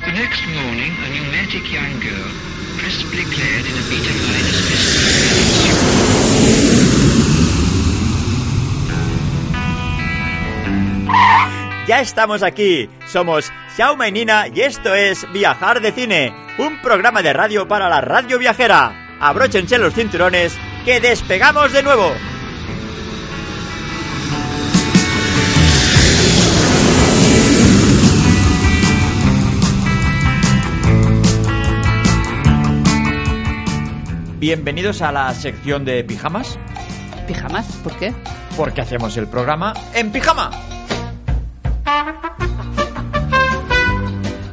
The next morning, a pneumatic young girl, crisply clad in a beta minus business suit, Ya estamos aquí. Somos Xiaoma y Nina y esto es Viajar de Cine, un programa de radio para la radio viajera. Abróchense los cinturones que despegamos de nuevo. Bienvenidos a la sección de pijamas, ¿Pijamas? ¿Por qué? porque hacemos el programa en pijama.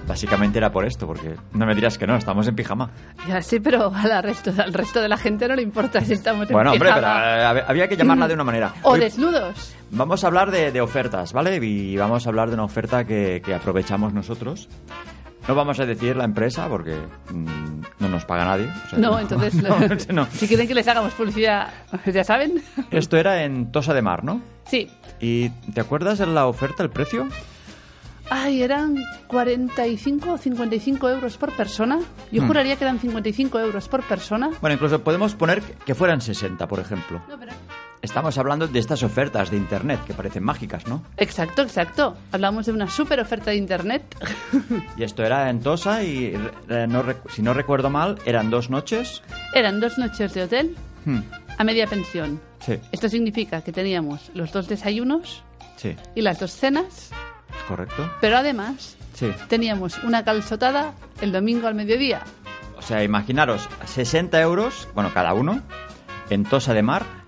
Básicamente era por esto, porque no me dirás que no, estamos en pijama. Ya sí, pero a la resto, al resto de la gente no le importa si estamos en Bueno, hombre, pero pijama. eh, hab- había que llamarla de una manera. O Hoy desnudos. Vamos a hablar de, de ofertas, ¿vale? Y vamos a hablar de una oferta que, que aprovechamos nosotros. No vamos a decir la empresa porque mm, no nos paga nadie. o sea, No, entonces... no, este no. Si quieren que les hagamos publicidad, ya saben. Esto era en Tosa de Mar, ¿no? Sí. ¿Y te acuerdas de la oferta, el precio? Ay, eran 45 o 55 euros por persona. Hmm. Yo juraría que eran 55 euros por persona. Bueno, incluso podemos poner que fueran 60, por ejemplo. No, pero... Estamos hablando de estas ofertas de internet que parecen mágicas, ¿no? Exacto, exacto. Hablamos de una super oferta de internet. Y esto era en Tosa y, eh, no recu- si no recuerdo mal, eran dos noches. eran dos noches de hotel Hmm, a media pensión. Sí, Esto significa que teníamos los dos desayunos sí, y las dos cenas, correcto. pero además Sí. teníamos una calzotada el domingo al mediodía. O sea, imaginaros, 60 euros, bueno, cada uno, en Tosa de Mar.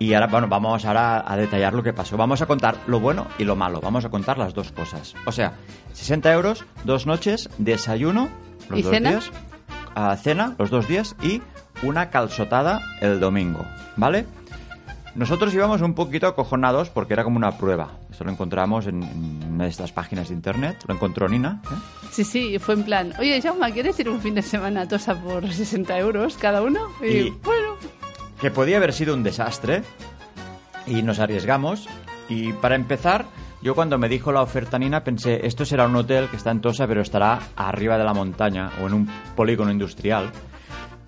Y ahora, bueno, vamos ahora a detallar lo que pasó. Vamos a contar lo bueno y lo malo. Vamos a contar las dos cosas. O sea, 60 euros, dos noches, desayuno, los ¿Y dos cena? días, ah, cena, los dos días y una calzotada el domingo, ¿vale? Nosotros íbamos un poquito acojonados porque era como una prueba. Esto lo encontramos en, en una de estas páginas de internet. Lo encontró Nina. ¿eh? Sí, sí, fue en plan, oye, Jaume, ¿quieres ir un fin de semana a Tosa por 60 euros cada uno? Y, Y- bueno, que podía haber sido un desastre y nos arriesgamos. Y para empezar, yo cuando me dijo la oferta Nina pensé, esto será un hotel que está en Tosa pero estará arriba de la montaña o en un polígono industrial.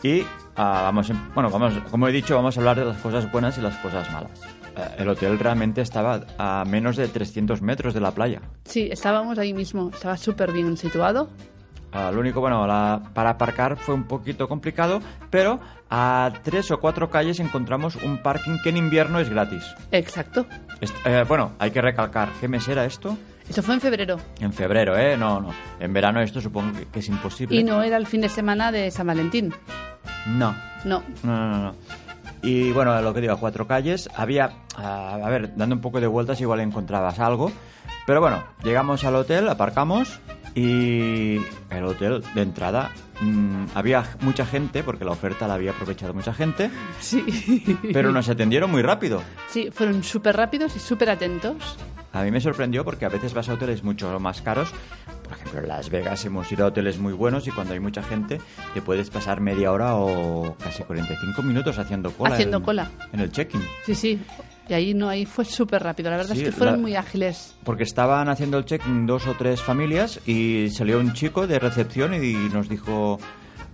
Y ah, vamos, en- bueno, vamos, como he dicho, vamos a hablar de las cosas buenas y las cosas malas. Eh, el hotel realmente estaba a menos de 300 metros de la playa. sí, estábamos ahí mismo, estaba súper bien situado. Ah, lo único, bueno, la- para aparcar fue un poquito complicado, pero a tres o cuatro calles encontramos un parking que en invierno es gratis. Exacto. Est- eh, bueno, hay que recalcar, ¿qué mes era esto? Eso fue en febrero En febrero, ¿eh? No, no. En verano esto supongo que, que es imposible. y no era el fin de semana de San Valentín. No, No, no, no, no. Y bueno, lo que digo, a cuatro calles. Había, ah, a ver, dando un poco de vueltas igual encontrabas algo. Pero bueno, llegamos al hotel, aparcamos y el hotel de entrada mm, había mucha gente porque la oferta la había aprovechado mucha gente, sí. pero nos atendieron muy rápido. Sí, fueron súper rápidos y súper atentos. A mí me sorprendió porque a veces vas a hoteles mucho más caros. Por ejemplo, en Las Vegas hemos ido a hoteles muy buenos y cuando hay mucha gente te puedes pasar media hora o casi 45 minutos haciendo cola. Haciendo en, cola. En el check-in. Sí, sí. Y ahí no, ahí fue súper rápido. La verdad Sí, es que fueron la- muy ágiles. Porque estaban haciendo el check-in dos o tres familias y salió un chico de recepción y nos dijo...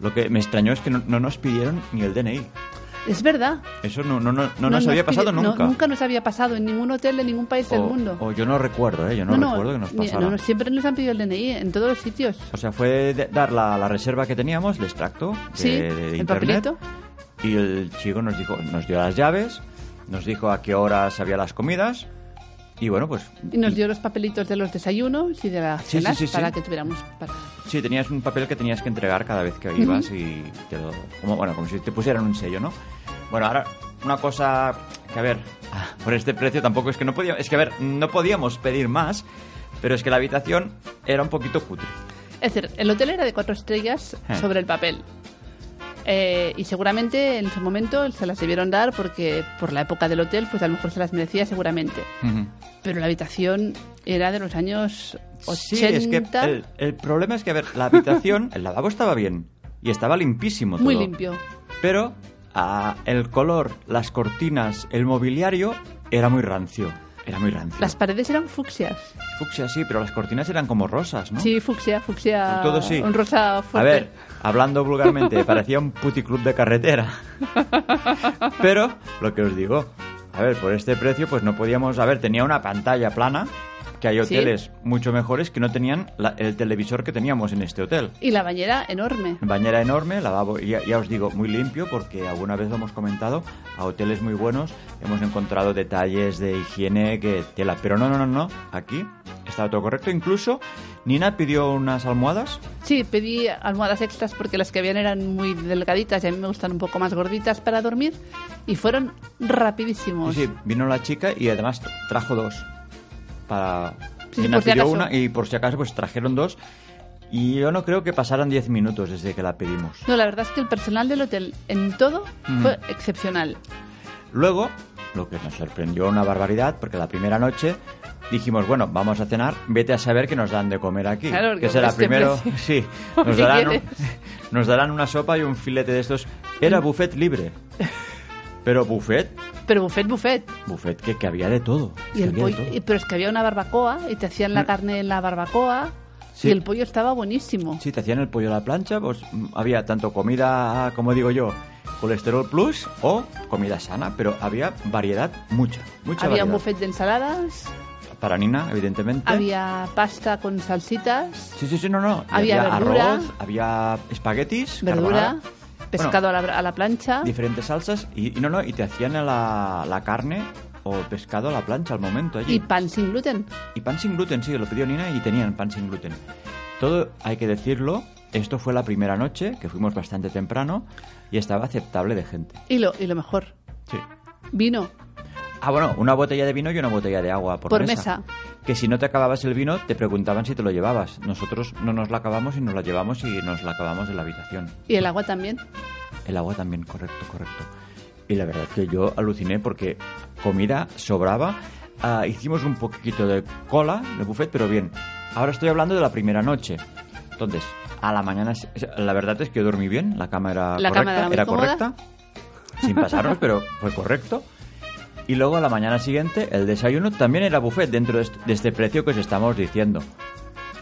Lo que me extrañó es que no, no nos pidieron ni el DNI. Es verdad. Eso no, no, no, no nos había pide- pasado no, nunca. nunca nos había pasado en ningún hotel de ningún país del o, mundo. o yo no recuerdo, ¿eh? Yo no, recuerdo que nos ni- pasara. no, no, siempre nos han pedido el DNI en todos los sitios. O sea, fue de- dar la, la reserva que teníamos, el extracto de, Sí, de el internet, papelito. Y el chico nos dijo, nos dio las llaves, nos dijo a qué horas había las comidas y bueno, pues Y nos dio los papelitos de los desayunos y de las Sí, sí, cenas sí, sí. para que tuviéramos. para- sí tenías un papel que tenías que entregar cada vez que ibas y te lo, como bueno, como si te pusieran un sello, ¿no? Bueno, ahora una cosa que a ver, por este precio tampoco es que no podíamos, es que a ver, no podíamos pedir más, pero es que la habitación era un poquito cutre. Es decir, el hotel era de cuatro estrellas Eh. sobre el papel. Eh, y seguramente en su momento se las debieron dar porque por la época del hotel, pues a lo mejor se las merecía seguramente. Pero la habitación era de los años 80. Sí, es que el, el problema es que, a ver, la habitación, el lavabo estaba bien y estaba limpísimo todo. Muy limpio. Pero ah, el color, las cortinas, el mobiliario era muy rancio. Era muy rancio. Las paredes eran fucsias. Fucsia sí, pero las cortinas eran como rosas, ¿no? Sí, fucsia, fucsia. Todo sí. Ah, Un rosa A fuerte. ver, hablando vulgarmente, parecía un puticlub de carretera. Pero, lo que os digo, a ver, por este precio, pues no podíamos. A ver, tenía una pantalla plana, que hay hoteles mucho mejores que no tenían la- el televisor que teníamos en este hotel. Y la bañera enorme. Bañera enorme, lavabo, ya, ya os digo, muy limpio, porque alguna vez lo hemos comentado, a hoteles muy buenos hemos encontrado detalles de higiene que tela. Pero no, no, no, no, aquí estaba todo correcto. Incluso Nina pidió unas almohadas Sí, pedí almohadas extras porque las que habían eran muy delgaditas y a mí me gustan un poco más gorditas para dormir. Y fueron rapidísimos. Sí, sí, vino la chica y además trajo dos. Para. Sí, sí, Nina por si pidió acaso. una y por si acaso, pues trajeron dos. Y yo no creo que pasaran 10 minutos desde que la pedimos. No, la verdad es que el personal del hotel en todo Mm. fue excepcional. Luego, lo que nos sorprendió una barbaridad, porque la primera noche dijimos, bueno, vamos a cenar, vete a saber que nos dan de comer aquí. Claro, porque que será por este primero. precio. Sí, ¿Qué nos darán, un- quieres? Mm. nos darán una sopa y un filete de estos. Era buffet libre. Pero buffet, Pero buffet, buffet. buffet que, que había de todo. Y el que había de pollo, eh, todo. Mm. y- pero es que había una barbacoa y te hacían la carne en la barbacoa Sí. y el pollo estaba buenísimo. Sí, te hacían el pollo a la plancha, pues mm, había tanto comida, como digo yo, colesterol plus o comida sana, pero había variedad, mucha, mucha había variedad. un ¿Eh? buffet de ensaladas, Para Nina, evidentemente. había pasta con salsitas, Sí, sí, sí, no, no. Y Había verdura. arroz, había espaguetis, verdura, carbonara. pescado Bueno, a, la, a la plancha. diferentes salsas y, y no, no, y te hacían la, la carne o pescado a la plancha al momento allí. Y pan sin gluten. Y pan sin gluten, sí, lo pidió Nina y tenían pan sin gluten. Todo, hay que decirlo, esto fue la primera noche, que fuimos bastante temprano, y estaba aceptable de gente. Y lo, y lo mejor, Sí. vino. Ah, bueno, una botella de vino y una botella de agua por, Por mesa. Que si no te acababas el vino, te preguntaban si te lo llevabas. Nosotros no nos la acabamos y nos la llevamos y nos la acabamos en la habitación. Y el agua también. El agua también, correcto, correcto. Y la verdad es que yo aluciné porque comida sobraba. Ah, hicimos un poquito de cola de buffet, pero bien. Ahora estoy hablando de la primera noche. Entonces, a la mañana, se- la verdad es que dormí bien, la cama era La correcta, cama era muy cómoda. correcta, sin pasarnos, pero fue correcto. Y luego a la mañana siguiente, el desayuno también era buffet dentro de est- de este precio que os estamos diciendo.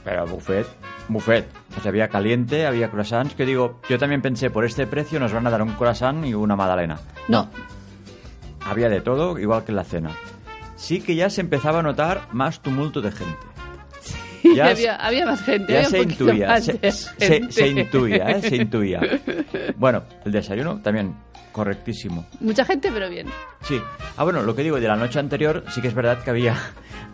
Pero buffet, buffet. O sea, había caliente, había croissants, que digo, yo también pensé, por este precio nos van a dar un croissant y una magdalena. No, Había de todo, igual que en la cena. Sí que ya se empezaba a notar más tumulto de gente. y Ya se- había, había más gente. ya había un se poquito intuía, más se, de se- gente. se intuía, ¿eh? se intuía. Bueno, el desayuno también correctísimo. Mucha gente, pero bien. Sí. Ah, bueno, lo que digo, de la noche anterior sí que es verdad que había,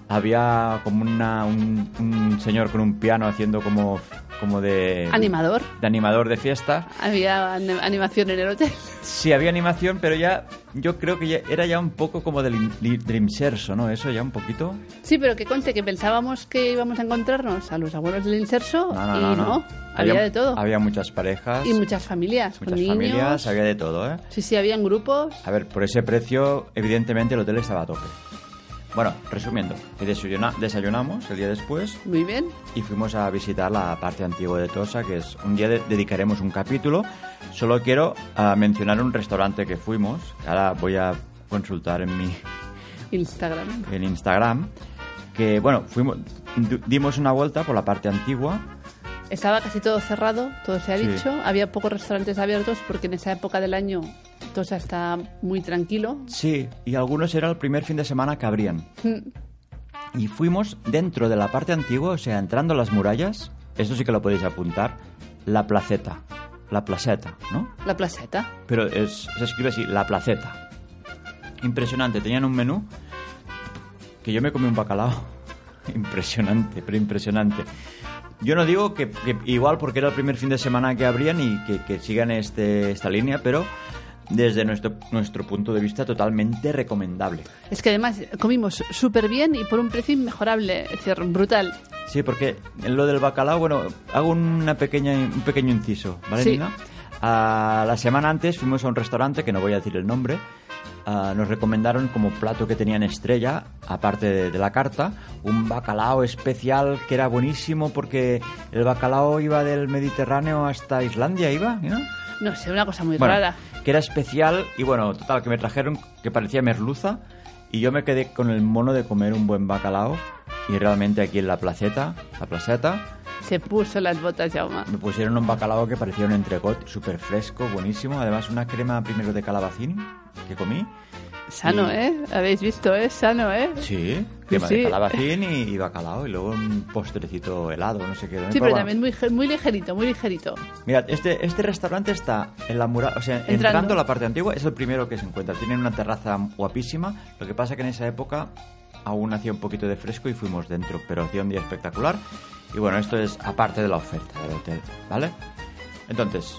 había como una, un, un señor con un piano haciendo como, como de... Animador. De animador de fiesta. Había an- animación en el hotel. Sí, había animación, pero ya yo creo que ya- era ya un poco como del in- li- Dream Serso, ¿no? Eso ya un poquito. Sí, pero que conste que pensábamos que íbamos a encontrarnos a los abuelos del inserso No, no, y no, no. no. Había, de todo. Había muchas parejas, y muchas familias, con muchas niños. familias, había de todo, ¿eh? Sí, sí, habían grupos. A ver, por ese precio, evidentemente el hotel estaba a tope. Bueno, resumiendo, que desayuna- desayunamos el día después, Muy bien. y fuimos a visitar la parte antigua de Tosa, que es un día de- dedicaremos un capítulo. Solo quiero ah, mencionar un restaurante que fuimos, que ahora voy a consultar en mi Instagram. en Instagram, que bueno, fuimos du- dimos una vuelta por la parte antigua. Estaba casi todo cerrado, todo se ha Sí. dicho. Había pocos restaurantes abiertos porque en esa época del año Tosa está muy tranquilo. Sí, y algunos era el primer fin de semana que abrían. Mm. Y fuimos dentro de la parte antigua, o sea, entrando a las murallas, esto sí que lo podéis apuntar, la placeta, la placeta, ¿no? La placeta. pero es- se escribe así, la placeta. Impresionante, tenían un menú que yo me comí un bacalao. Impresionante, pero impresionante. Yo no digo que, que igual porque era el primer fin de semana que abrían y que, que sigan este, esta línea, pero desde nuestro, nuestro punto de vista totalmente recomendable. Es que además comimos súper bien y por un precio inmejorable, es decir, brutal. Sí, porque en lo del bacalao, bueno, hago una pequeña, un pequeño inciso, ¿vale, Sí. Nina? Ah, la semana antes fuimos a un restaurante, que no voy a decir el nombre, ah, nos recomendaron como plato que tenían estrella, aparte de, de la carta, un bacalao especial que era buenísimo porque el bacalao iba del Mediterráneo hasta Islandia, iba, ¿no? No sé, una cosa muy Bueno, rara. que era especial y bueno, total, que me trajeron que parecía merluza Y yo me quedé con el mono de comer un buen bacalao. Y realmente aquí en la placeta, la placeta, Se puso las botas, Jaume. me pusieron un bacalao que parecía un entrecot, súper fresco, buenísimo. Además, una crema primero de calabacín que comí. Sano, Y- ¿eh? Habéis visto, ¿eh? Sano, ¿eh? Sí, crema Sí. de calabacín y, y bacalao. Y luego un postrecito helado, no sé qué. Sí, Pero pero bueno, también muy, ge- muy ligerito, muy ligerito. Mirad, este, este restaurante está en la muralla, o sea, entrando. Entrando. a la parte antigua, es el primero que se encuentra. Tienen una terraza guapísima, lo que pasa que en esa época aún hacía un poquito de fresco y fuimos dentro, pero hacía un día espectacular. Y bueno, esto es aparte de la oferta del hotel, ¿vale? Entonces,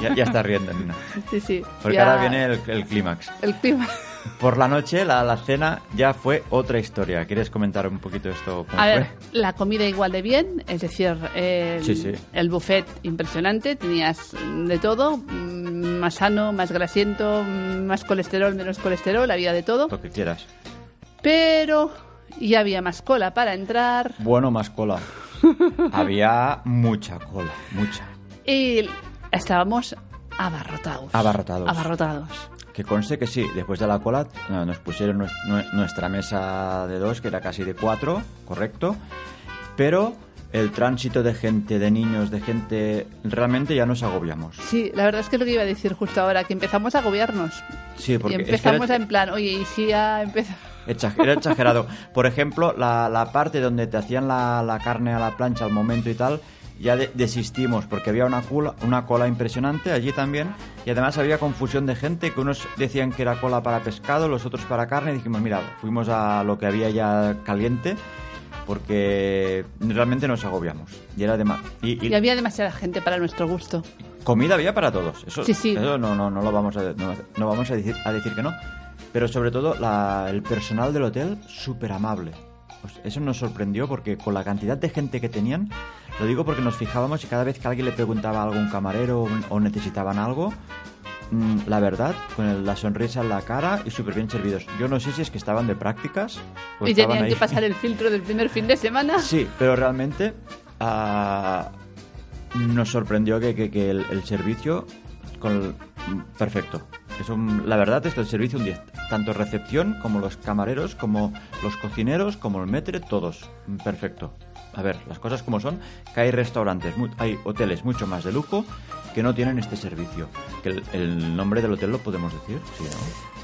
ya, ya está riendo, Nina. Sí, sí. Porque Ya- ahora viene el, el clímax. el clima. Por la noche, la, la cena ya fue otra historia. ¿Quieres comentar un poquito esto? cómo A fue? ver, la comida igual de bien, es decir, el, Sí, sí. el buffet impresionante, tenías de todo, mm, más sano, más grasiento, mm, más colesterol, menos colesterol, había de todo, Lo que quieras. pero ya había más cola para entrar Bueno, más cola. Había mucha cola, mucha. y estábamos abarrotados. Abarrotados. Abarrotados. Que conste que sí, después de la cola eh, nos pusieron nues- nue- nuestra mesa de dos, que era casi de cuatro, correcto. Pero el tránsito de gente, de niños, de gente, realmente ya nos agobiamos. Sí, la verdad es que es lo que iba a decir justo ahora, que empezamos a agobiarnos. Sí, Y porque es que empezamos era, en plan, oye, y si ya empezado exag- era exagerado. Por ejemplo, la, la parte donde te hacían la, la carne a la plancha al momento y tal, ya de- desistimos porque había una cola, una cola impresionante allí también. Y además había confusión de gente, que unos decían que era cola para pescado, los otros para carne. Y dijimos, mira, fuimos a lo que había ya caliente porque realmente nos agobiamos. Y era de ma- y- y- Y había demasiada gente para nuestro gusto. Comida había para todos. Eso, Sí, sí. eso no, no, no lo vamos a, no, no vamos a decir, a decir que no. Pero sobre todo la- el personal del hotel súper amable. Pues eso nos sorprendió porque con la cantidad de gente que tenían, lo digo porque nos fijábamos y cada vez que alguien le preguntaba algo a un camarero o, o necesitaban algo, mm, la verdad, con el- la sonrisa en la cara y súper bien servidos. Yo no sé si es que estaban de prácticas o y estaban tenían ahí. que pasar el filtro del primer fin de semana. Sí, pero realmente ah, nos sorprendió que, que- que el, el servicio con el- perfecto. Es un- la verdad es que el servicio un 10. Tanto recepción como los camareros, como los cocineros, como el metre, todos. Perfecto. A ver, las cosas como son, que hay restaurantes, mu- hay hoteles mucho más de lujo que no tienen este servicio. Que el, el nombre del hotel lo podemos decir, sí, ¿no?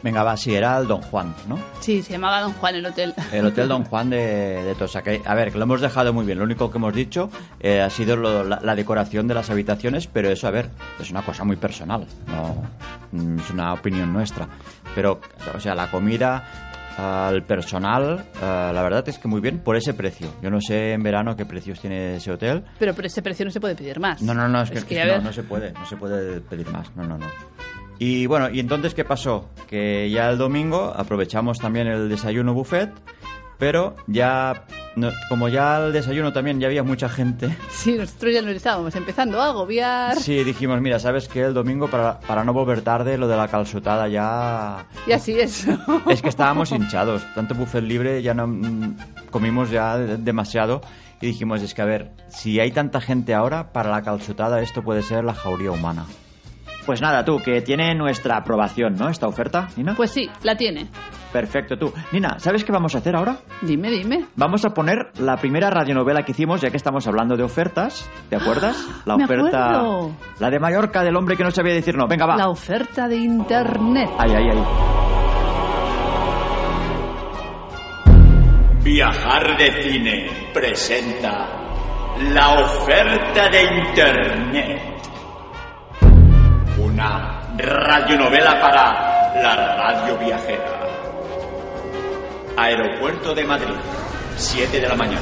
Venga, va, sí, era el Don Juan, ¿no? Sí, se llamaba Don Juan el hotel. El Hotel Don Juan de, de Tosa. que, a ver, que lo hemos dejado muy bien. Lo único que hemos dicho eh, ha sido lo- la, la decoración de las habitaciones, pero eso, a ver, es una cosa muy personal. No, mm, es una opinión nuestra. Pero, o sea, la comida, ah, el personal, ah, la verdad es que muy bien por ese precio. Yo no sé en verano qué precios tiene ese hotel. Pero por ese precio no se puede pedir más. No, no, no, es que, a no, ver, no se puede, no se puede pedir más, no, no, no. Y bueno, ¿y entonces qué pasó? Que ya el domingo aprovechamos también el desayuno buffet, pero ya, no- como ya el desayuno también ya había mucha gente, Sí, nosotros ya nos estábamos empezando a agobiar. sí dijimos, mira, ¿sabes qué? El domingo para, para no volver tarde, lo de la calzotada ya... Y así es. Es que estábamos hinchados, tanto buffet libre, ya no mm, comimos ya de- demasiado y dijimos, es que a ver, si hay tanta gente ahora, para la calzotada esto puede ser la jauría humana. Pues nada, tú, que tiene nuestra aprobación, ¿no? Esta oferta, Nina. Pues sí, la tiene. perfecto, tú. Nina, ¿sabes qué vamos a hacer ahora? Dime, dime. Vamos a poner la primera radionovela que hicimos, ya que estamos hablando de ofertas, ¿te acuerdas? La Me oferta... acuerdo. La de Mallorca del hombre que no sabía decir no. Venga, va. La oferta de internet. Ay, ay, ay. Viajar de Cine presenta la oferta de Internet. Una radionovela para la radio viajera. Aeropuerto de Madrid, 7 de la mañana.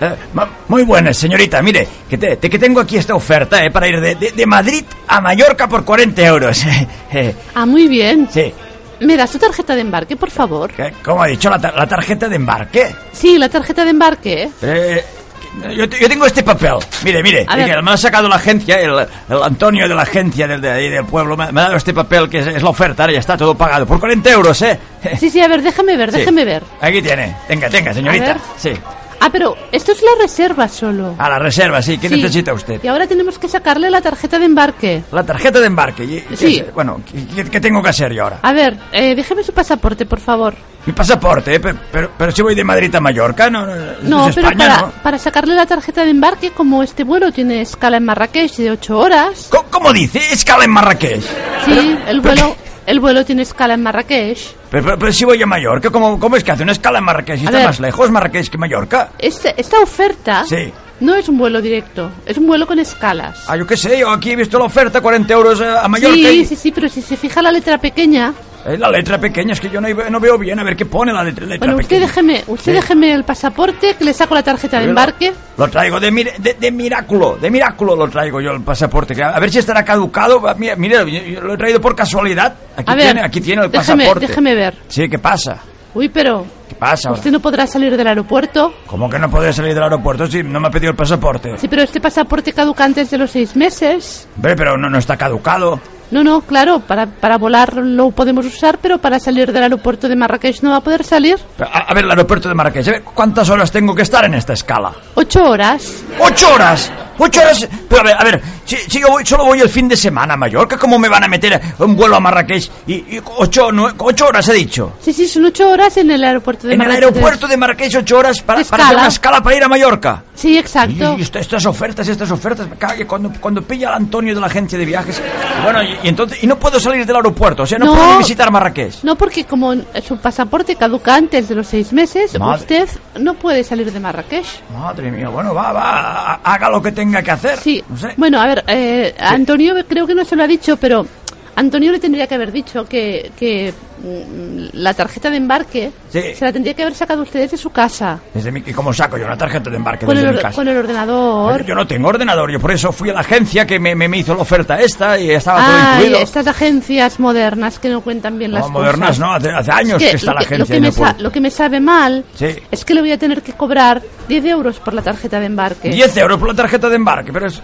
Eh, ma- muy buenas, señorita. Mire, que, te- te- que tengo aquí esta oferta eh, para ir de, de- de Madrid a Mallorca por 40 euros. Eh, Ah, muy bien. sí, ¿Me das tu tarjeta de embarque, por favor? que- como he dicho, la, tar- la tarjeta de embarque. Sí, la tarjeta de embarque. Eh, que- yo, te- yo tengo este papel. Mire, mire, A ver. mire, me lo ha sacado la agencia, el, el Antonio de la agencia del, de ahí del pueblo. Me, ha- me ha dado este papel que es, es la oferta. Ahora ya está todo pagado por 40 euros, ¿eh? Sí, sí, a ver, déjame ver, Sí. déjame ver. Aquí tiene. Tenga, tenga, señorita. ver. Sí. Ah, pero esto es la reserva solo. Ah, A la reserva, sí. ¿Qué Sí. necesita usted? Y ahora tenemos que sacarle la tarjeta de embarque. La tarjeta de embarque. ¿Y- y qué Sí. hacer? Bueno, ¿qué- ¿qué, qué tengo que hacer yo ahora? A ver, eh, déjeme su pasaporte, por favor. Mi pasaporte, eh, pe- pero, pero, si voy de Madrid a Mallorca, no, no, esto No, es pero España, para, ¿no? para sacarle la tarjeta de embarque, como este vuelo tiene escala en Marrakech de 8 horas. ¿Cómo, cómo dice? Escala en Marrakech. Sí, el vuelo, el vuelo tiene escala en Marrakech. Pero, pero- pero si voy a Mallorca, ¿cómo, cómo es que hace una escala en Marrakech? ¿Está ver. más lejos Marrakech que Mallorca? Este- esta oferta Sí. no es un vuelo directo, es un vuelo con escalas. Ah, yo qué sé, yo aquí he visto la oferta, 40 euros eh, a Mallorca sí, y... sí, sí, pero si se fija la letra pequeña. Eh, la letra pequeña, es que yo no, no veo bien, a ver qué pone la letra, letra Bueno, usted pequeña. déjeme, usted Sí. déjeme el pasaporte que le saco la tarjeta de embarque. Lo traigo de, mir- de, de Miraculo, de Miraculo lo traigo yo el pasaporte. que A a ver si estará caducado. Va, Mira, mira, yo- yo lo he traído por casualidad. Aquí, A ver, tiene, aquí tiene el déjeme- pasaporte. déjeme ver. Sí, ¿qué pasa? Uy, pero ¿Qué pasa ahora? usted no podrá salir del aeropuerto. ¿Cómo que no podía salir del aeropuerto si no me ha pedido el pasaporte? Sí, pero este pasaporte caduca antes de los seis meses. Ve, pero no, no está caducado. No, no, claro, para, para volar lo podemos usar, pero para salir del aeropuerto de Marrakech no va a poder salir. Pero, A, a ver, el aeropuerto de Marrakech, a ver, ¿cuántas horas tengo que estar en esta escala? Ocho horas. ¡Ocho horas! ¡Ocho horas! Pero a ver, a ver, si, si yo voy- solo voy el fin de semana a Mallorca, ¿cómo me van a meter un vuelo a Marrakech? Y, y ocho, nue- ocho horas he dicho. Sí, sí, son ocho horas en el aeropuerto de En el Marrakech. aeropuerto de Marrakech, ocho horas para, para hacer Escala. una escala para ir a Mallorca. Sí, exacto. Y, esto- estas ofertas, estas ofertas, me cague, cuando, cuando pilla al Antonio de la agencia de viajes. y Bueno, y, y entonces, y no puedo salir del aeropuerto, o sea, no, No. puedo ni visitar Marrakech. No, porque como su pasaporte caduca antes de los seis meses, Madre. usted no puede salir de Marrakech. Madre mía, bueno, va, va, ha- haga lo que tenga que hacer. Sí. No sé. Bueno, a ver, eh, Antonio creo que no se lo ha dicho, pero Antonio le tendría que haber dicho que, que, mm, la tarjeta de embarque Sí. se la tendría que haber sacado usted de su casa. Desde mi- ¿Y cómo saco yo una tarjeta de embarque Con el, desde mi or- casa? con el ordenador. Pero Yo no tengo ordenador, yo por eso fui a la agencia que me, me- me hizo la oferta esta y estaba todo Ay, incluido. estas agencias modernas que no cuentan bien No, las cosas. modernas, no, hace, hace años Es que, está lo la agencia lo que, y no me sa- puedo. lo que me sabe mal Sí. es que le voy a tener que cobrar 10 euros por la tarjeta de embarque. 10 euros por la tarjeta de embarque, pero es...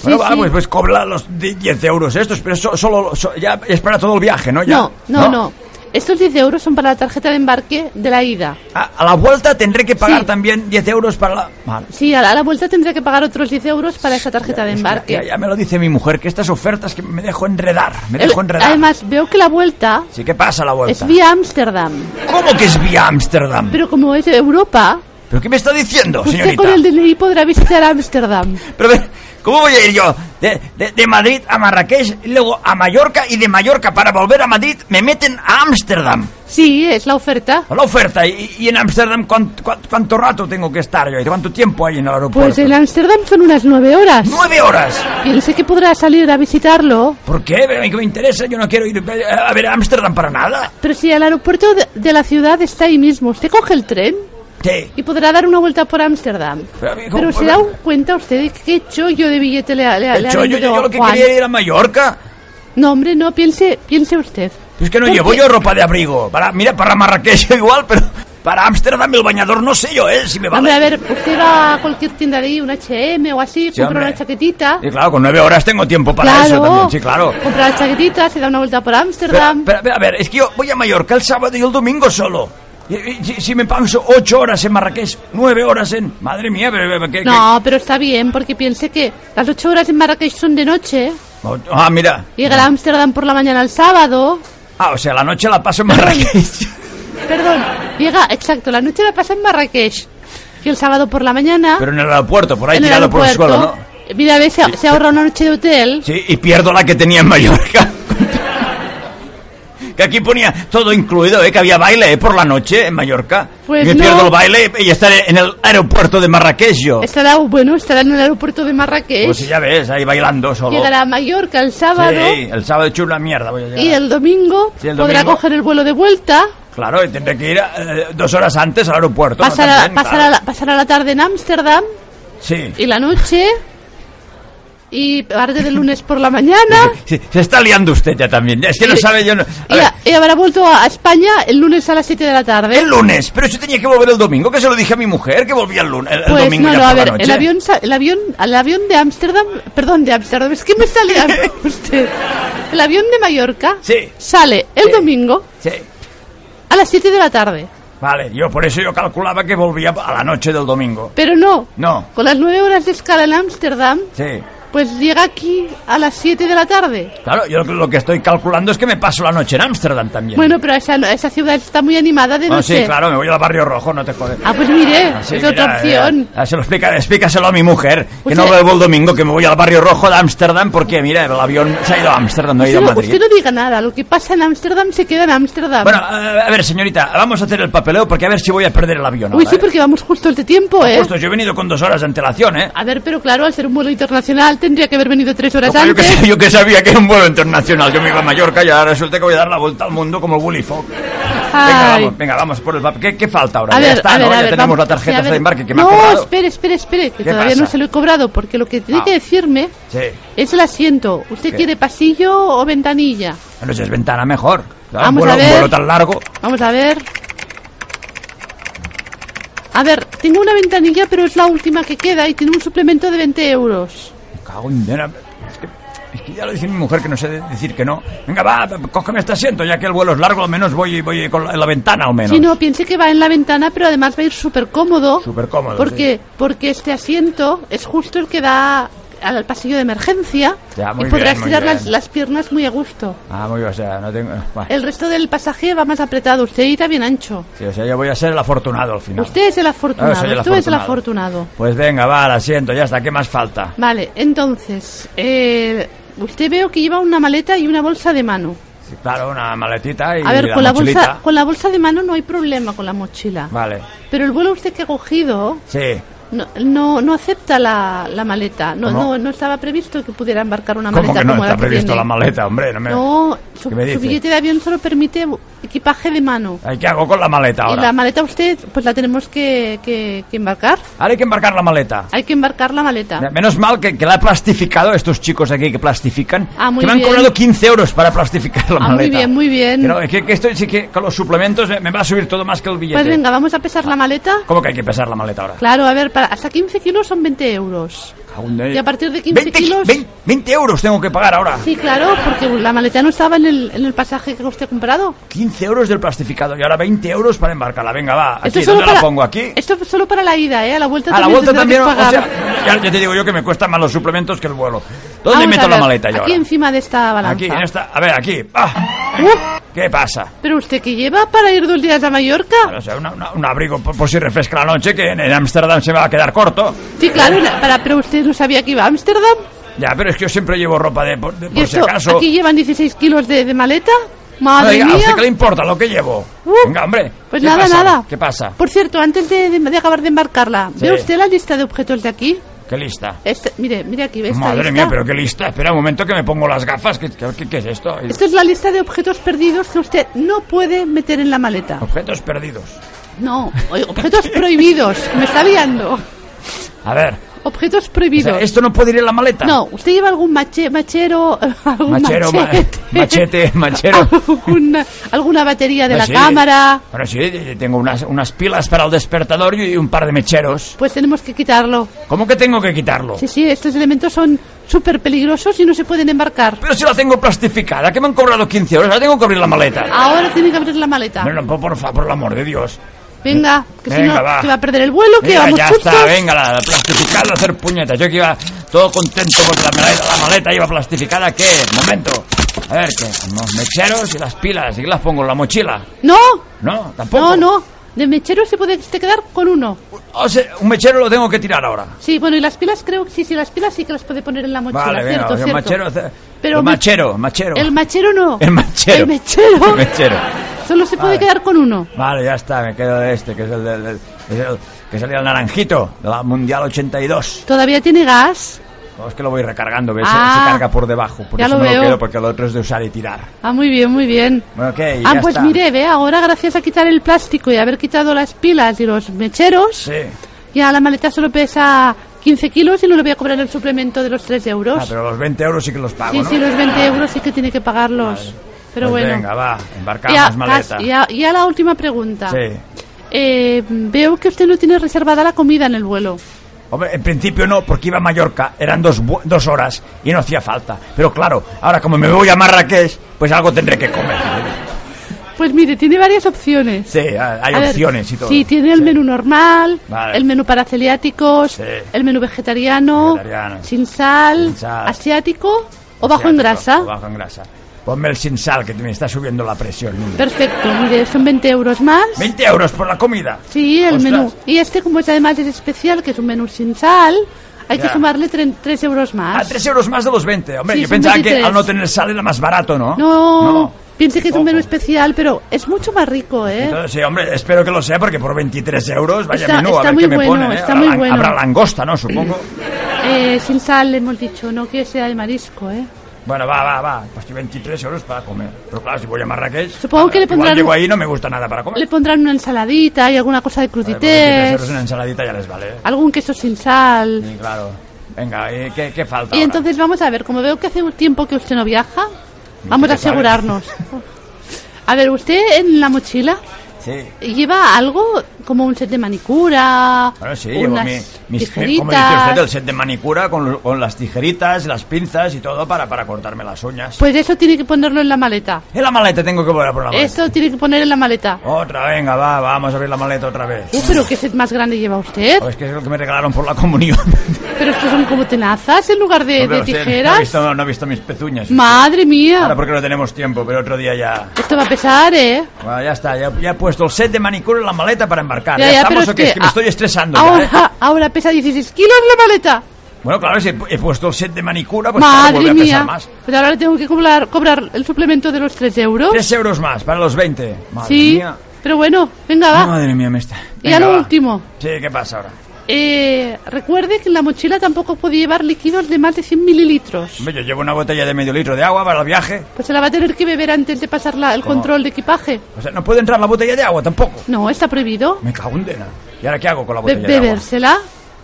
Bueno, va, Eh. sí. pues, pues cobra los di- 10 euros estos, pero so- solo so- ya es para todo el viaje, ¿no? Ya, No, no, no, Estos 10 euros son para la tarjeta de embarque de la ida. A, a la vuelta tendré que pagar Sí. también 10 euros para la... Vale. Sí, a la, a la vuelta tendré que pagar otros 10 euros para esa tarjeta de Es que embarque. Ya, ya me lo dice mi mujer, que estas ofertas que me dejo enredar, me El- dejo enredar. además, veo que la vuelta Sí, ¿qué pasa a la vuelta? es vía Ámsterdam. ¿Cómo que es vía Ámsterdam? Pero como es Europa, ¿Pero qué me está diciendo, usted Oh, señorita? con el DNI podrá visitar Ámsterdam. Pero, a ver, ¿cómo voy a ir yo de, de- de Madrid a Marrakech, y luego a Mallorca y de Mallorca para volver a Madrid me meten a Ámsterdam? Sí, es la oferta. A La oferta, y, y en Ámsterdam, ¿cuánto, cuánto, rato tengo que estar yo? ¿Cuánto tiempo hay en el aeropuerto? Pues en Ámsterdam son unas 9 horas. ¡Nueve horas! Piense que podrá salir a visitarlo. ¿Por qué? ¿A mí ¿Qué me interesa? Yo no quiero ir eh, a a ver a Ámsterdam para nada. Pero si el aeropuerto de, de la ciudad está ahí mismo, usted coge el tren Sí. y podrá dar una vuelta por Ámsterdam. Pero, amigo, Pero se bueno. da un cuenta usted de qué chollo de billete le, ha- le, ha- le ha Yo, yo- vendido yo lo que Juan. quería era ir a Mallorca. Pues No, hombre, no, piense, piense usted. Es que no ¿Por llevo qué? yo ropa de abrigo. Para, mira, para Marrakech igual, pero para Ámsterdam el bañador no sé yo, ¿eh? Si me vale. Hombre, a ver, usted va a cualquier tienda de ahí, un H&M o así, Sí, compra hombre. una chaquetita. Y claro, con nueve horas tengo tiempo para ¿ah? claro, eso también, sí, claro. compra la chaquetita, se da una vuelta por Pero, Ámsterdam. pero, pero, a ver, es que yo voy a Mallorca el sábado y el domingo solo. Y- y- si, si me paso ocho horas en Marrakech, nueve horas en... Madre mía, pero... pero- ¿qué- qué? No, pero está bien, porque piense que las ocho horas en Marrakech son de noche, Ah, mira. llegar a Ámsterdam por la mañana el sábado... Ah, o sea, la noche la paso en Marrakech. ¿Ah? Perdón, llega, exacto, la noche la pasa en Marrakech. Y el sábado por la mañana, Pero en el aeropuerto, por ahí en el tirado por el aeropuerto, suelo, ¿no? mira, a ver, se, se ahorra una noche de hotel. Sí, y pierdo la que tenía en Mallorca. Que aquí ponía todo incluido, ¿eh? que había baile ¿eh? por la noche en Mallorca. Pues y me no. pierdo el baile y estaré en el aeropuerto de Marrakech yo. Estará, bueno, estará en el aeropuerto de Marrakech. Pues ya ves, ahí bailando solo. Llegará a Mallorca el sábado Sí, el sábado he hecho una mierda. Voy a llegar. y el domingo Sí, el podrá domingo. coger el vuelo de vuelta, Claro, y tendré que ir eh, dos horas antes al aeropuerto. ¿no? pasará, También, pasará claro. la, pasará la tarde en Ámsterdam Sí. y la noche y parte del lunes por la mañana. Sí, Se está liando usted ya también. Es que no sabe yo... No. Y, A ver, a- y habrá vuelto a a España el lunes a las 7 de la tarde. el lunes, pero yo tenía que volver el domingo, que se lo dije a mi mujer, que volvía el, lunes, el, el Pues domingo no, ya no, por a la ver, el noche. avión, sa- el avión, el avión de Ámsterdam, perdón, de Ámsterdam, es que me sale a- usted. El avión de Mallorca Sí. sale el Sí. domingo Sí. a las 7 de la tarde. Vale, yo por eso yo calculaba que volvía a la noche del domingo. Pero no. No. Con las nueve horas de escala en Ámsterdam, Sí. pues llega aquí a las 7 de la tarde. Claro, yo lo que estoy calculando es que me paso la noche en Ámsterdam también. Bueno, pero esa, esa ciudad está muy animada de No, noche. Ah, sí, claro, me voy al barrio rojo, no te jodes. Ah, pues mire, Así, es otra mira, opción. mira, se lo explica, explícaselo a mi mujer, que Usted- no vuelvo el domingo, que me voy al barrio rojo de Ámsterdam, porque mira, el avión se ha ido a Ámsterdam, no ha Usted ido a no, Madrid. usted no diga nada, lo que pasa en Ámsterdam se queda en Ámsterdam. Bueno, eh, a a ver, señorita, vamos a hacer el papeleo porque a ver si voy a perder el avión. Uy, ahora, sí, ¿eh? porque vamos justo de tiempo, ¿eh? Justo, yo he venido con dos horas de antelación, ¿eh? A ver, pero claro, al ser un vuelo internacional tendría que haber venido tres horas Como yo, que, antes. sé- yo que sabía que era un vuelo internacional, yo me iba a Mallorca y ahora resulta que voy a dar la vuelta al mundo como el Willy Fox. Venga, Ay. vamos, venga, vamos por el papel. ¿Qué, qué falta ahora? A ya ver, está, a ver, ¿no? ¿eh? a ya ver, tenemos vamos, la tarjeta a ver. de embarque que me No, ha cobrado. espere, espere, espere, que ¿Qué todavía pasa? no se lo he cobrado, porque lo que tiene Ah. que decirme Sí. es el asiento. ¿Usted ¿Qué? quiere pasillo o ventanilla? Bueno, si es ventana mejor. Claro, Vamos un, vuelo, a un ver. vuelo tan largo. Vamos a ver. A ver, tengo una ventanilla, pero es la última que queda y tiene un suplemento de 20 euros. Me cago en nena. Es que, es que ya lo dice mi mujer que no sé de- decir que no. Venga, va, cógeme este asiento, ya que el vuelo es largo, al menos voy, voy con la, la ventana, al menos. Si no, piense que va en la ventana, pero además va a ir súper cómodo. Súper cómodo, Porque, sí. porque este asiento es justo el que da al pasillo de emergencia Ya, muy y podrás bien, muy tirar las, bien. las piernas muy a gusto. Ah, muy bien, o sea, no tengo... Bueno, El resto del pasaje va más apretado, usted irá bien ancho. sí, o sea, yo voy a ser el afortunado al final. Usted es el afortunado, Ah, soy el tú es el afortunado. afortunado. Mm. Pues venga, va, al asiento, ya está, ¿qué más falta? Vale, entonces, eh, usted veo que lleva una maleta y una bolsa de mano. Sí, claro, una maletita y A ver, la con la, mochilita. bolsa, con la bolsa de mano no hay problema con la mochila. Vale, Pero el vuelo usted que ha cogido sí. no, no, no acepta la, la maleta. No, ¿Cómo? no, no estaba previsto que pudiera embarcar una ¿Cómo maleta que no como está la que previsto tiene. la maleta, hombre? No me... No, su, ¿Qué me su dice? billete de avión solo permite equipaje de mano. Ay, ¿Qué hago con la maleta Y ahora? la maleta usted, pues la tenemos que, que- que embarcar. Ahora hay que embarcar la maleta. Hay que embarcar la maleta. Me- Menos mal que, que la he plastificado estos chicos aquí que plastifican. Ah, muy que me han bien. cobrado 15 euros para plastificar la Ah, muy maleta. bien, muy bien. Pero es que, que esto sí que con los suplementos me, me va a subir todo más que el billete. Pues venga, vamos a pesar la maleta. ¿Cómo que hay que pesar la maleta ahora? Claro, a ver, para, hasta 15 kilos son 20 euros. Aún hay- Y a partir de 15 20, kilos- 20, 20 euros tengo que pagar ahora. Sí, claro, porque la maleta no estaba en el, en el pasaje que usted ha comprado. 15 euros del plastificado y ahora 20 euros para embarcarla. Venga, va. Aquí, es ¿Dónde la pongo? ¿Aquí? Esto es solo para la ida, ¿eh? A la vuelta a la vuelta también, tendrá o que pagar. sea, ya, ya te digo yo que me cuestan más los suplementos que el vuelo. ¿Dónde Vamos a meto la ver, maleta yo Aquí ahora? encima de esta balanza. Aquí, en esta. A ver, aquí. Ah, ¡Uf! ¿Qué pasa? ¿Pero usted qué lleva para ir dos días a Mallorca? Bueno, o sea, una- una- un abrigo por, por si refresca la noche, que en en Ámsterdam se me va a quedar corto. Sí, claro, la- para, pero usted no sabía que iba a Ámsterdam. Ya, pero es que yo siempre llevo ropa de, por, de- Y por si esto, acaso. aquí llevan 16 kilos de, de maleta. Madre Oiga, ¿a mía. usted qué le importa lo que llevo? Uh, Venga, hombre. Pues ¿qué nada, pasa? nada. ¿Qué pasa? Por cierto, antes de, de- de acabar de embarcarla, Sí. ¿ve usted la lista de objetos de aquí? Qué lista. Este- mire, mire aquí, ¿ve esta Madre lista? mía, pero qué lista. Espera un momento que me pongo las gafas. ¿Qué, qué- qué- qué es esto? Esta es la lista de objetos perdidos que usted no puede meter en la maleta. Objetos perdidos. No, oye, objetos prohibidos. Me está liando. A ver. Objetos o sea, prohibidos. ¿Esto no puede ir en la maleta? No, ¿usted lleva algún mache- machero, algún Machero, ma- machete? machete, machero. ¿Alguna, alguna batería de Bueno, la Pues sí. cámara? Bueno, sí, tengo unas, unas pilas para el despertador y un par de mecheros. Pues tenemos que quitarlo. ¿Cómo que tengo que quitarlo? Sí, sí, estos elementos son súper peligrosos y no se pueden embarcar. Pero si la tengo plastificada, que me han cobrado 15 euros, la tengo que abrir la maleta. Ahora tiene que abrir la maleta. Bueno, por, por favor, por el amor de Dios. Venga, que si Venga, no va. se va a perder el vuelo, Pues que Venga, vamos ya justos. está, venga, la, la plastificada, hacer puñetas. Yo que iba todo contento porque la maleta, la maleta iba plastificada, ¿qué? Momento. A ver, ¿qué? Los mecheros y las pilas, ¿y qué las pongo en la mochila? No, No, no, tampoco. no. De mechero se puede usted quedar con uno. O sea, un mechero lo tengo que tirar ahora. Sí, bueno, y las pilas creo que sí, sí, las pilas sí que las puede poner en la mochila, Vale, venga, cierto, el cierto. machero, ce- Pero el me- machero, machero. El machero no. El machero. El mechero. El mechero. Solo se puede Vale. quedar con uno. Vale, ya está, me quedo de este, que es el, del, del- es el que salía el naranjito, de la Mundial 82. Todavía tiene gas. No, Oh, es que lo voy recargando, ¿ves? Se- Ah, se, carga por debajo. Por ya eso lo me lo veo. quedo, porque lo otro es de usar y tirar. Ah, muy bien, muy bien. Bueno, ok, ah, ya pues está. mire, ve, ahora gracias a quitar el plástico y haber quitado las pilas y los mecheros, Sí. Ah, ya la maleta solo pesa 15 kilos y no le voy a cobrar el suplemento de los 3 euros. Ah, pero los 20 euros sí que los pago, sí, ¿no? sí, los 20 euros sí que tiene que pagarlos. Pero Pues bueno. Venga, va, embarcamos Ya, maleta. casi, ya, ya la última pregunta. Sí. Eh, veo que usted no tiene reservada la comida en el vuelo. Hombre, en principio no, porque iba a Mallorca, eran dos, bu- dos horas y no hacía falta. Pero claro, ahora como me voy a Marrakech, pues algo tendré que comer. Pues mire, tiene varias opciones. Sí, hay hay A ver, opciones y todo. Sí, tiene el Sí. menú normal, Vale. el menú para celiáticos, Sí. el menú vegetariano, Vegetariano. sin sal, Sin sal. asiático o bajo en Asiático, grasa. o Bajo en grasa. Ponme el sin sal, que me está subiendo la presión. niño. Perfecto, mire, son 20 euros más. 20 euros por la comida. Sí, el Ostras. menú. Y este, como es además es especial, que es un menú sin sal, hay Ya. que sumarle 3 euros A más. 3 Ah, euros más de los 20. Hombre, Sí, yo son pensaba que 23. al no tener sal era más barato, ¿no? No, piense que es un menú Ojo. especial, pero es mucho más rico, ¿eh? Entonces, sí, hombre, espero que lo sea porque por 23 euros, vaya Está- menú, a está ver muy qué me bueno, ponen. ¿eh? está habrá, muy lan- bueno. habrá langosta, ¿no? Supongo. Eh, sin sal, hemos dicho, no que sea de marisco, ¿eh? Bueno, va, va, va. Pues que 23 euros para comer. Pero claro, si voy a Marrakech. Supongo que le igual pondrán- llego ahí y no me gusta nada para comer. Le pondrán una ensaladita y alguna cosa de Vale, pues por 23 euros crudités, una ensaladita ya les vale. ¿eh? algún queso sin sal. Y claro. Venga, ¿y qué, qué falta? Y ahora? entonces vamos a ver, como veo que hace un tiempo que usted no viaja, vamos a sabe. asegurarnos. A ver, usted en la mochila Sí. lleva algo como un set de manicura, Bueno, sí, llevo unas mi, mis- mi- como dice tijeritas. usted, el set de manicura con, lo- con las tijeritas, las pinzas y todo para, para cortarme las uñas. Pues eso tiene que ponerlo en la maleta. En la maleta tengo que volver a por la maleta. Eso tiene que poner en la maleta. Otra, venga, va, vamos a abrir la maleta otra vez. Uh, pero qué set más grande lleva usted. Oh, es que es lo que me regalaron por la comunión. Pero estos son como tenazas en lugar de, Hombre, de usted No ha tijeras. visto, no ha visto mis pezuñas. Madre Ahora mía. porque no tenemos tiempo, pero otro día ya... Esto va a pesar, ¿eh? Bueno, ya está, ya, ya he puesto el set de manicura en la maleta para embarcar. Ya, ya, estamos pero o qué? Es es que que me a- estoy estresando ya, Ah, Ahora, ah, ¿eh? ahora pesa 16 kilos la maleta. Bueno, claro, si he, he puesto el set de manicura, pues claro, Madre vuelve a pesar mía. más. Pues ahora le tengo que cobrar, cobrar el suplemento de los 3 euros. 3 euros más para los 20. Madre sí. mía. Pero bueno, venga, va. Madre mía, me está. Ah. Y ya Venga, lo va. último. Sí, ¿qué pasa ahora? Eh, recuerde que en la mochila tampoco puede llevar líquidos de más de 100 mililitros. Hombre, yo llevo una botella de medio litro de agua para el viaje. Pues se la va a tener que beber antes de pasar la- el ¿Cómo? control de equipaje. O sea, no puede entrar la botella de agua tampoco. No, está prohibido. Me cago en dena. ¿Y ahora qué hago con la Be- botella de agua? bebérsela.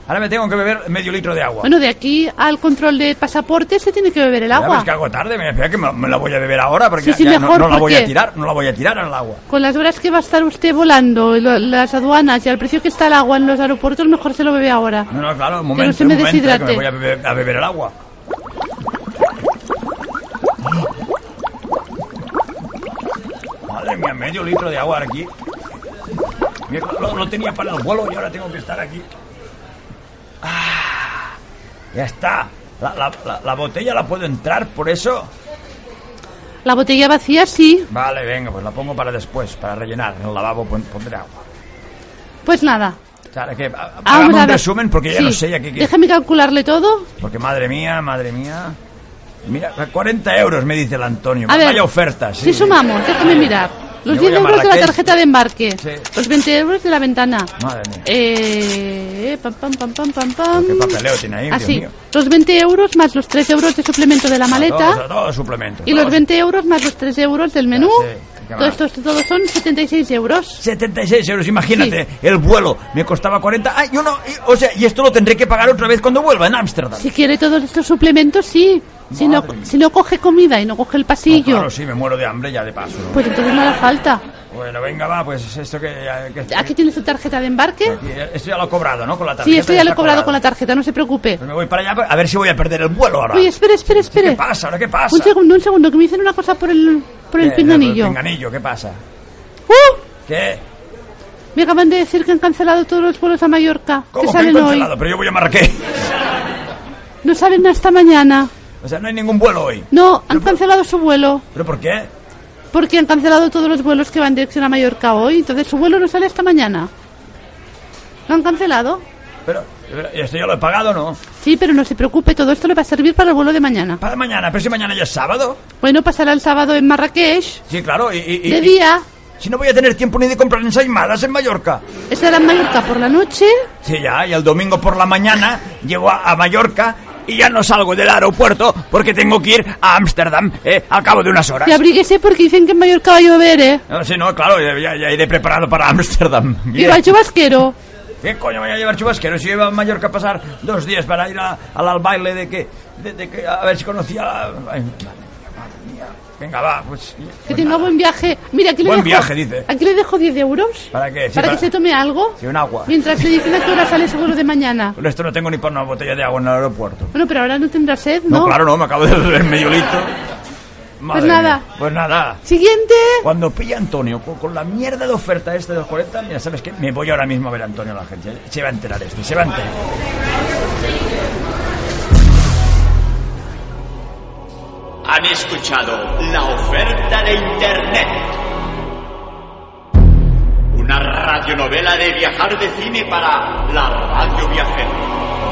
Ahora me tengo que beber medio litro de agua. Bueno, de aquí al control de pasaporte se tiene que beber el Ya ves agua. que hago tarde, me me- que me, me la voy a beber ahora porque Sí, sí, ya- ya no- mejor, no, la ¿por voy a qué? tirar, no la voy a tirar al agua. Con las horas que va a estar usted volando, y lo- las aduanas y al precio que está el agua en los aeropuertos, mejor se lo bebe ahora. Ah, No, no, claro, un momento, se un me momento, eh, que me deshidrate. voy a beber, a beber el agua. Madre mía, medio litro de agua aquí. Mira, Lo, lo tenía para el vuelo y ahora tengo que estar aquí. Ah, ya está. La, la- la- la botella la puedo entrar por eso. La botella vacía sí. Vale, venga, pues la pongo para después, para rellenar. En el lavabo pon- pondré agua. Pues nada. O sea, que, ha- Ah, hagamos vamos a un ver. resumen porque ya Sí. no sé ya qué, qué- Déjame calcularle todo. Porque madre mía, madre mía. Mira, 40 euros me dice el Antonio. A ver. Vaya oferta, sí. Si sumamos, déjame mirar. Los Yo voy 10 a euros de la Marrakech. tarjeta de embarque. Sí. Ah. Los 20 euros de la ventana. Madre mía. Eh, pam, pam, pam, pam, pam, pam. Qué papeleo tiene ahí, Así. Dios mío. Los 20 euros más los 3 euros de suplemento de la maleta. Todos, todos suplementos. Y los todos. 20 euros más los 3 euros del menú. sí, qué Todo esto, todo son 76 euros. 76 euros, imagínate, el vuelo me costaba 40. Ay, yo no, y- o sea, y esto lo tendré que pagar otra vez cuando vuelva en Ámsterdam. Si quiere todos estos suplementos, sí. Si no, Madre mía. si no coge comida y no coge el Ah, pasillo, claro, sí, me muero de hambre ya de paso. pues entonces no hará falta. Bueno, venga, va, pues esto que... que- Aquí tiene su tarjeta de embarque. aquí, eh, esto ya lo he cobrado, ¿no? Con la tarjeta. Sí, esto ya lo he está cobrado con la tarjeta, no se preocupe. Pues me voy para allá a ver si voy a perder el vuelo ahora. Oye, espere, espere, ¿Qué espere. pasa? ¿Ahora qué pasa? Un segundo, un segundo, que me dicen una cosa por el, por el ¿Qué? pinganillo. Eh, El pinganillo, ¿qué pasa? ¡Uh! ¿Qué? Me acaban de decir que han cancelado todos los vuelos a Mallorca. ¿Cómo que que he salen hoy. cancelado? Pero yo voy a Marrakech. No salen hasta mañana. O sea, no hay ningún vuelo hoy. No, han cancelado su vuelo. ¿Pero por qué? Porque han cancelado todos los vuelos que van dirección a Mallorca hoy. Entonces su vuelo no sale hasta mañana. ¿Lo han cancelado? Pero, pero esto ya lo he pagado, ¿no? Sí, pero no se preocupe, todo esto le va a servir para el vuelo de mañana. Para mañana, pero si mañana ya es sábado. Bueno, pasará el sábado en Marrakech. Sí, claro, y... y- y- De y- día si no voy a tener tiempo ni de comprar ensaimadas en Mallorca. estará en Mallorca por la noche. Sí, ya, y el domingo por la mañana llego a, a Mallorca y ya no salgo del aeropuerto porque tengo que ir a Ámsterdam eh, al cabo de unas horas. Y abríguese porque dicen que en Mallorca va a llover, ¿eh? No, sí, no, claro, ya, ya- ya iré preparado para Ámsterdam. Y va a chubasquero. ¿Qué coño voy a llevar chubasquero si iba a Mallorca a pasar dos días para ir a- al, al baile de que, de, de que... A ver si conocía... a la- Ay, madre mía, madre mía. Venga, va, pues... Que tenga buen viaje. Mira, aquí le dejo, Buen viaje, dice. Aquí le dejo 10 euros. ¿Para qué? Sí, para, para- que se tome algo. Sí, un agua. Mientras le dicen a qué hora sale seguro de mañana. Con esto no tengo ni para una botella de agua en el aeropuerto. Bueno, pero ahora no tendrá sed, No, ¿no? claro, no, me acabo de beber medio litro. Madre pues nada. mía. Pues nada. Siguiente. Cuando pilla Antonio con, con la mierda de oferta esta de los 40, mira, ¿sabes qué? Me voy ahora mismo a ver a Antonio a la agencia. Se va a enterar este, se va a enterar. Han escuchado la oferta de Internet. Una radionovela de viajar de cine para la radio viajera.